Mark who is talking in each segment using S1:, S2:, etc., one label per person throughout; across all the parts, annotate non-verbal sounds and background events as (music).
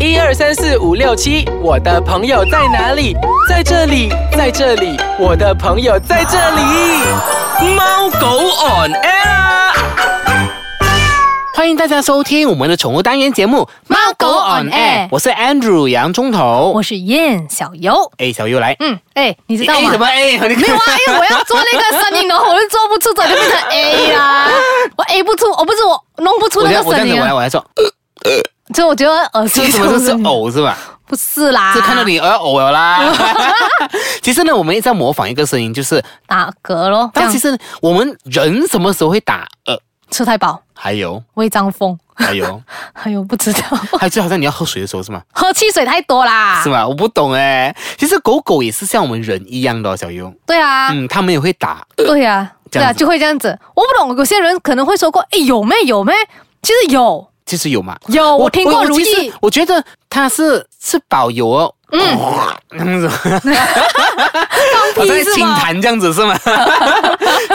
S1: 一二三四五六七，我的朋友在哪里？在这里，在这里，我的朋友在这里。
S2: 猫狗 on air 啊。
S3: 欢迎大家收听我们的宠物单元节目《
S4: 猫狗 on air
S3: 我是 Andrew 杨中头
S4: 我。是燕小游。
S3: 哎，小优来，
S4: 嗯，哎，你知道
S3: 哎
S4: 吗？
S3: 怎么哎？
S4: 没
S3: 没 (laughs)
S4: 有啊，因为我要做那个声音，然后我就做不出，所以就变成 A
S3: (laughs)
S4: 啦。哎我 A 不出，我不是我弄不出
S3: 我
S4: 那
S3: 这
S4: 个
S3: 样我这
S4: 声
S3: 样
S4: 音
S3: 子，我来
S4: 啊，
S3: 我
S4: (laughs)
S3: 来说，
S4: 所以我觉得恶
S3: 这
S4: 心。
S3: (laughs) 什么这是偶是吧？
S4: 不是啦，
S3: 是看到你而偶
S4: (laughs)
S3: 了啦。其实呢，我们一直在模仿一个声音，就是，
S4: 打嗝咯，这
S3: 但
S4: 样
S3: 其实我们人什么时候会打嗝？
S4: 吃太饱，(laughs)
S3: 还有
S4: 胃胀风，
S3: 还有，
S4: 哎呦不知道， (laughs)
S3: 还有就好像你要喝水的时候是吗？
S4: 喝汽水太多啦
S3: 是。吗？我不懂哎。其实狗狗也是像我们人一样的哦，小优，
S4: 对啊，
S3: 嗯，它们也会打。
S4: 对呀，
S3: 这
S4: 对
S3: 样
S4: 啊，
S3: 子
S4: 就会这样子。我不懂，有些人可能会说过，哎，有没有没？其实有
S3: 其实有嘛？
S4: 有，哦我听过如
S3: 其实
S4: 意，
S3: 我觉得它是吃饱油哦，嗯，这样子，好像在
S4: 是吗
S3: 清谈这样
S4: (laughs)
S3: 子是吗？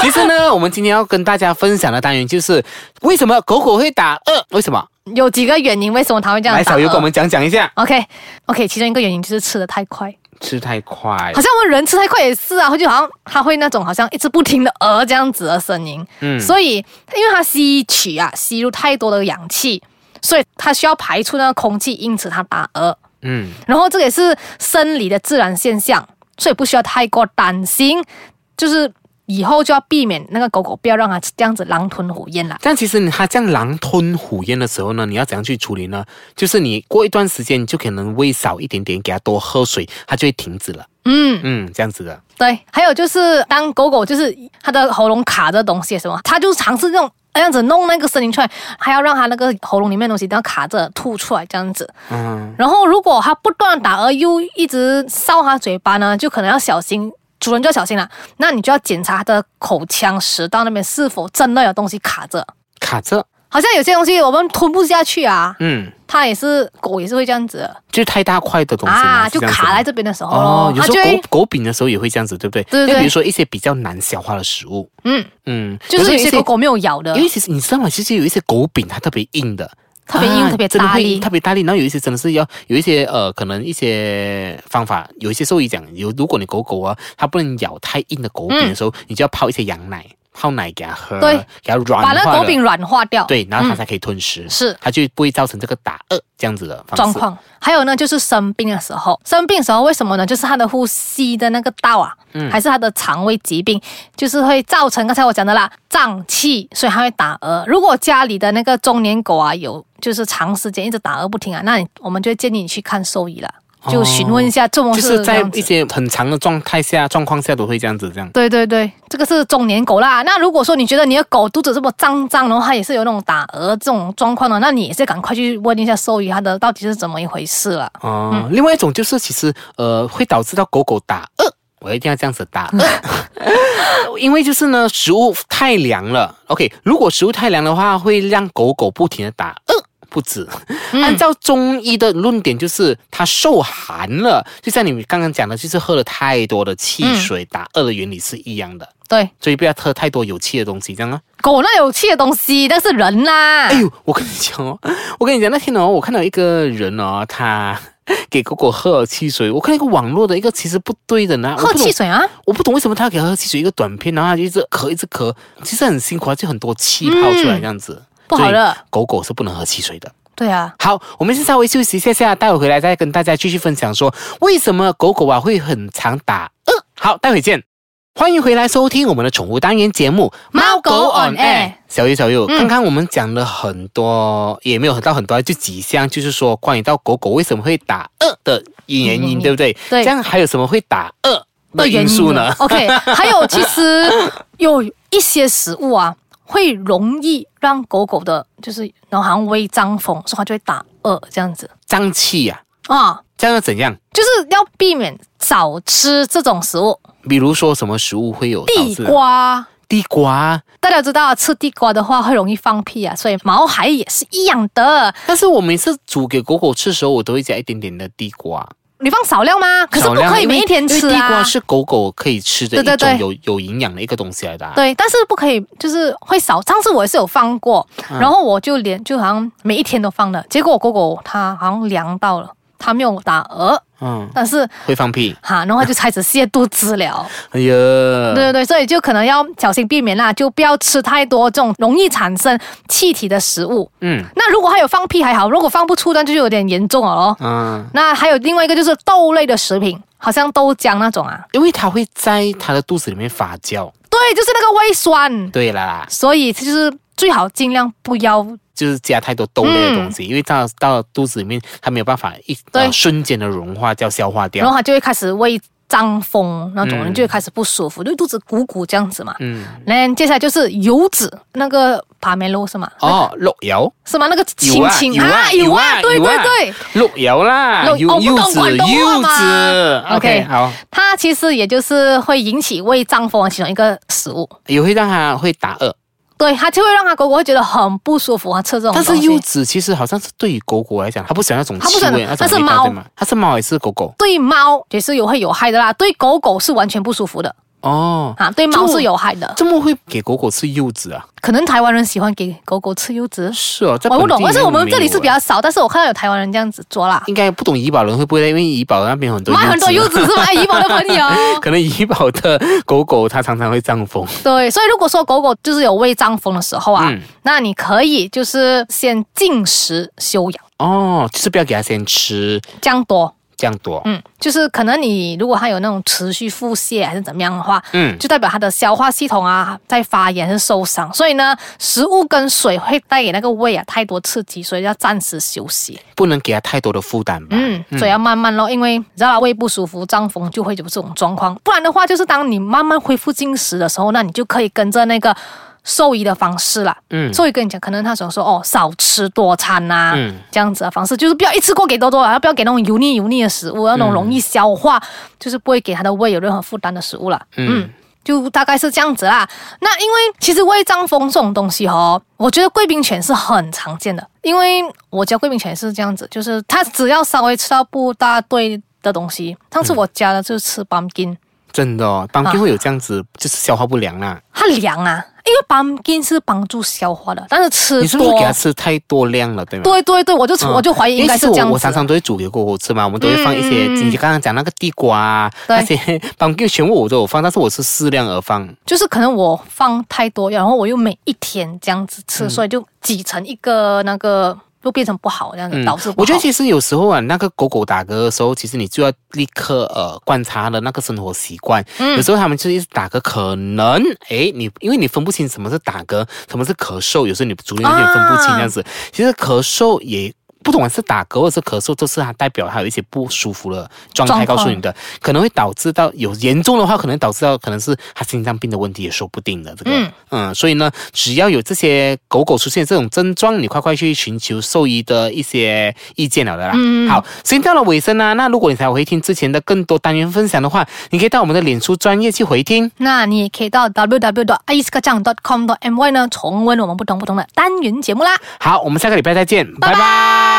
S3: 其实呢，我们今天要跟大家分享的单元就是为什么狗狗会打嗝？为什么？
S4: 有几个原因，为什么他会这样
S3: 来，
S4: 打
S3: 小
S4: 嗝？
S3: 优给我们讲讲一下。
S4: OK OK，其中一个原因就是吃的太快，
S3: 吃太快
S4: 好，像我们人吃太快也是啊，就好像它会那种好像一直不停的呃这样子的声音，
S3: 嗯
S4: 所以因为它吸取啊吸入太多的氧气，所以它需要排出那个空气，因此它打嗝，
S3: 嗯，
S4: 然后这个也是生理的自然现象，所以不需要太过担心，就是以后就要避免那个狗狗不要让它这样子狼吞虎咽啦。
S3: 但其实它这样狼吞虎咽的时候呢，你要怎样去处理呢？就是你过一段时间，你就可能喂少一点点，给它多喝水，它就会停止了。
S4: 嗯，
S3: 嗯，这样子的。
S4: 对，还有就是当狗狗就是它的喉咙卡着东西什么，它就尝试那种那样子弄那个声音出来，还要让它那个喉咙里面的东西都要卡着吐出来这样子。
S3: 嗯，
S4: 然后如果它不断地打嗝又一直烧它嘴巴呢，就可能要小心。主人就要小心了，那你就要检查它的口腔、食道那边是否真的有东西卡着，
S3: 卡着。
S4: 好像有些东西我们吞不下去啊，
S3: 嗯，
S4: 它也是狗也是会这样子的
S3: 就是太大块的东西嘛
S4: 啊，
S3: 是
S4: 就
S3: 这样子
S4: 卡
S3: 吗
S4: 在这边的时候咯，，
S3: 哦有
S4: 它
S3: 时候
S4: 就会
S3: 狗狗饼的时候也会这样子，对不对？
S4: 对对对
S3: 就比如说一些比较难消化的食物，
S4: 嗯，
S3: 嗯，
S4: 就是有些
S3: 有
S4: 狗。狗没有咬的
S3: 因，为其实你知道吗？其实有一些狗饼它特别硬的，
S4: 特别硬
S3: 啊
S4: 特别
S3: 真的
S4: 大
S3: 会
S4: 力
S3: 特别大力。然后有一些真的是要有一些呃，可能一些方法，有一些兽医讲，有如果你狗狗啊，它不能咬太硬的狗饼的时候，你就要泡一些羊奶，泡奶给它喝，
S4: 嗯对
S3: 给它软化
S4: 把
S3: 了
S4: 那个狗饼软化掉。
S3: 对，然后它
S4: 嗯
S3: 才可以吞食，
S4: 是
S3: 它就不会造成这个打嗝这样子的方
S4: 状。
S3: 式
S4: 况。还有呢，就是生病的时候，生病的时候为什么呢？就是他的呼吸的那个道啊，还是他的肠胃疾病，就是会造成刚才我讲的啦，胀气，所以他会打嗝。如果家里的那个中年狗啊，有就是长时间一直打嗝不停啊，那你我们就会建议你去看兽医了，就询问一下这么
S3: 就是是
S4: 哦这
S3: 在
S4: 样子
S3: 一些很长的状态下、状况下都会这样子，这样。
S4: 对对对，这个是中年狗啦。那如果说你觉得你的狗肚子这么脏脏，然后它也是有那种打嗝这种状况的，那你也是赶快去问一下兽医，它的到底是怎么一回事了。
S3: 哦、另外一种就是其实呃会导致到狗狗打嗝，我一定要这样子打嗝， (laughs) 因为就是呢食物太凉了。OK，如果食物太凉的话，会让狗狗不停的打嗝。不止，
S4: 嗯
S3: 按照中医的论点，就是它受寒了，就像你刚刚讲的，就是喝了太多的汽水，
S4: 嗯
S3: 打嗝的原理是一样的，
S4: 对，
S3: 所以不要喝太多有气的东西，这样啊。
S4: 狗那有气的东西，但是人啦、
S3: 哎呦， (laughs) 我跟你讲哦，我跟你讲，那天哦，我看到一个人哦，他给狗狗喝汽水，我看一个网络的一个其实不对的呢，我
S4: 喝
S3: 不懂
S4: 汽，水啊，
S3: 我不懂为什么他给他喝汽水，一个短片，然后他就一直咳一直咳，其实很辛苦啊，就很多气泡出来
S4: 嗯
S3: 这样子，
S4: 不好的
S3: 所以狗狗是不能喝汽水的。
S4: 对啊，
S3: 好，我们先稍微休息一下下，待会回来再跟大家继续分享说为什么狗狗啊会很常打嗝。好，待会见。欢迎回来收听我们的宠物单元节目《
S4: 猫狗 on air
S3: 小优小优，
S4: 嗯
S3: 刚刚我们讲了很多，也没有到很多，就几项，就是说关于到狗狗为什么会打嗝的原因，
S4: 嗯
S3: 对不对？
S4: 对
S3: 这样还有什么会打嗝的因素呢？ (laughs)
S4: OK，还有其实有一些食物啊，会容易让狗狗的，就是然后好像微张风，所以它就会打嗝这样子
S3: 胀气呀、
S4: 啊，
S3: 这样要怎样？
S4: 就是要避免少吃这种食物，
S3: 比如说什么食物会有导
S4: 地
S3: 致的
S4: 瓜。
S3: 地瓜，啊
S4: 大家知道吃地瓜的话会容易放屁啊，所以毛孩也是一样的。
S3: 但是我每次煮给狗狗吃的时候，我都会加一点点的地瓜。
S4: 你放少量吗？可是
S3: 少
S4: 不
S3: 量
S4: 可以
S3: 因为
S4: 每一天
S3: 因为
S4: 吃
S3: 地瓜
S4: 啊。
S3: 是狗狗可以吃的一
S4: 对对
S3: 种
S4: 对
S3: 有有营养的一个东西来的、啊。
S4: 对，但是不可以，就是会少。上次我也是有放过，
S3: 嗯
S4: 然后我就连就好像每一天都放的，结果我狗狗它好像凉到了，它没有打嗝，
S3: 嗯，
S4: 但是
S3: 会放屁。
S4: 哈，然后它就开始泻肚子了。
S3: (laughs) 哎呀，
S4: 对对对，所以就可能要小心避免啦，就不要吃太多这种容易产生气体的食物。
S3: 嗯
S4: 那如果还有放屁还好，如果放不出那就有点严重了咯。
S3: 啊，
S4: 那还有另外一个就是豆类的食品，好像豆浆那种啊，
S3: 因为它会在它的肚子里面发酵。
S4: 对，就是那个胃酸，
S3: 对啦啦，
S4: 所以就是最好尽量不要。
S3: 就是加太多豆类的东西，因为到到肚子里面它没有办法一
S4: 嗯对
S3: 呃瞬间的融化掉、消化
S4: 然
S3: 掉
S4: 后。它就会开始胃胀风那种，
S3: 嗯
S4: 人就会开始不舒服，就肚子鼓鼓这样子嘛。
S3: 嗯，
S4: 那接下来就是油脂，那个爬梅露是吗？
S3: 哦，六油
S4: 是吗？那个
S3: 有
S4: 青
S3: 啊
S4: 青
S3: 有啊
S4: 有啊，对对对。
S3: 六油啦，
S4: 肉
S3: 柚
S4: 哦不
S3: 柚
S4: 懂
S3: 子
S4: 广东话
S3: 柚
S4: 吗
S3: 子
S4: OK
S3: 好，
S4: 它其实也就是会引起胃胀风的其中一个食物，
S3: 也会让它会打嗝。
S4: 对，它就会让它狗狗会觉得很不舒服啊，吃这种
S3: 但
S4: 东西。
S3: 是柚子其实好像是对于狗狗来讲，它不喜欢那种
S4: 它不
S3: 气
S4: 喜欢
S3: 味，那
S4: 但是
S3: 种味道
S4: 猫
S3: 对吗？它是猫还是狗狗？
S4: 对猫也是有会有害的啦，对狗狗是完全不舒服的
S3: 哦，
S4: 啊，对猫是有害的。
S3: 怎么会给狗狗吃柚子啊？
S4: 可能台湾人喜欢给狗狗吃柚子，
S3: 是哦，在
S4: 我不
S3: 本地
S4: 懂，而且我们
S3: 没有
S4: 这里是
S3: 啊
S4: 比较少，但是我看到有台湾人这样子做啦，
S3: 应该不懂怡保人会不会，因为怡保那边很多
S4: 买很多柚
S3: (laughs) 啊
S4: 子是吧？怡宝的朋友，
S3: (laughs) 可能怡保的狗狗它常常会胀风。
S4: 对，所以如果说狗狗就是有胃胀风的时候啊，
S3: 嗯
S4: 那你可以就是先进食休养，
S3: 哦，就是不要给它先吃
S4: 这样多。
S3: 这样多。
S4: 嗯，就是可能你如果它有那种持续腹泻还是怎么样的话，
S3: 嗯，
S4: 就代表它的消化系统啊在发炎是受伤，所以呢，食物跟水会带给那个胃啊太多刺激，所以要暂时休息。
S3: 不能给它太多的负担吧。
S4: 嗯，所以要慢慢咯，因为你知道啦胃不舒服、胀风就会有这种状况。不然的话，就是当你慢慢恢复进食的时候，那你就可以跟着那个兽医的方式啦。
S3: 嗯
S4: 兽医跟你讲，可能他想说哦，少吃多餐呐、
S3: 嗯
S4: 这样子啊的方式，就是不要一次过给多多啊，不要给那种油腻油腻的食物，那种容易消化，
S3: 嗯
S4: 就是不会给他的胃有任何负担的食物啦。嗯。就大概是这样子啦。那因为其实胃胀风这种东西哦，我觉得贵宾犬是很常见的，因为我家贵宾犬是这样子，就是它只要稍微吃到不大对的东西，上
S3: 嗯
S4: 次我家的就是吃 pumpkin，、
S3: 真的哦，当天
S4: 啊
S3: 会有这样子，就是消化不良啦。
S4: 它凉啊，因为 pumpkin 是帮助消化的，但是吃
S3: 你是不是
S4: 多
S3: 给，它吃太多量了，对吗？
S4: 对对对，我就、
S3: 嗯。
S4: 我就怀疑应该是
S3: 因
S4: 这
S3: 为其实
S4: 样
S3: 我
S4: 子。
S3: 我常常都会煮给狗狗吃嘛，我们都会放一些，
S4: 嗯嗯嗯
S3: 你刚刚讲那个地瓜啊，
S4: 对 (laughs)
S3: 那些棒球全部我都有放，但是我是适量而放。
S4: 就是可能我放太多，然后我又每一天这样子吃，
S3: 嗯
S4: 所以就挤成一个那个，就变成不好这样子，导致不好。
S3: 嗯我觉得其实有时候啊，那个狗狗打嗝的时候，其实你就要立刻呃观察它的那个生活习惯。
S4: 嗯
S3: 有时候它们就一直打嗝，可能诶，你因为你分不清什么是打嗝，什么是咳嗽，有时候你主人有点分不清
S4: 啊
S3: 这样子。其实咳嗽也。不管是打嗝或者是咳嗽，都是它代表它有一些不舒服的状态，
S4: 状况
S3: 告诉你的可能会导致到有严重的话，可能导致到可能是它心脏病的问题也说不定的。这个
S4: 嗯
S3: 嗯，所以呢，只要有这些狗狗出现这种症状，你快快去寻求兽医的一些意见了的啦。嗯，好，时间到了尾声啦、啊那如果你想回听之前的更多单元分享的话，你可以到我们的脸书专业去回听。
S4: 那你也可以到 www. i c e k a c a n g .com. my 呢重温我们不同不同的单元节目啦。
S3: 好，我们下个礼拜再见，拜拜。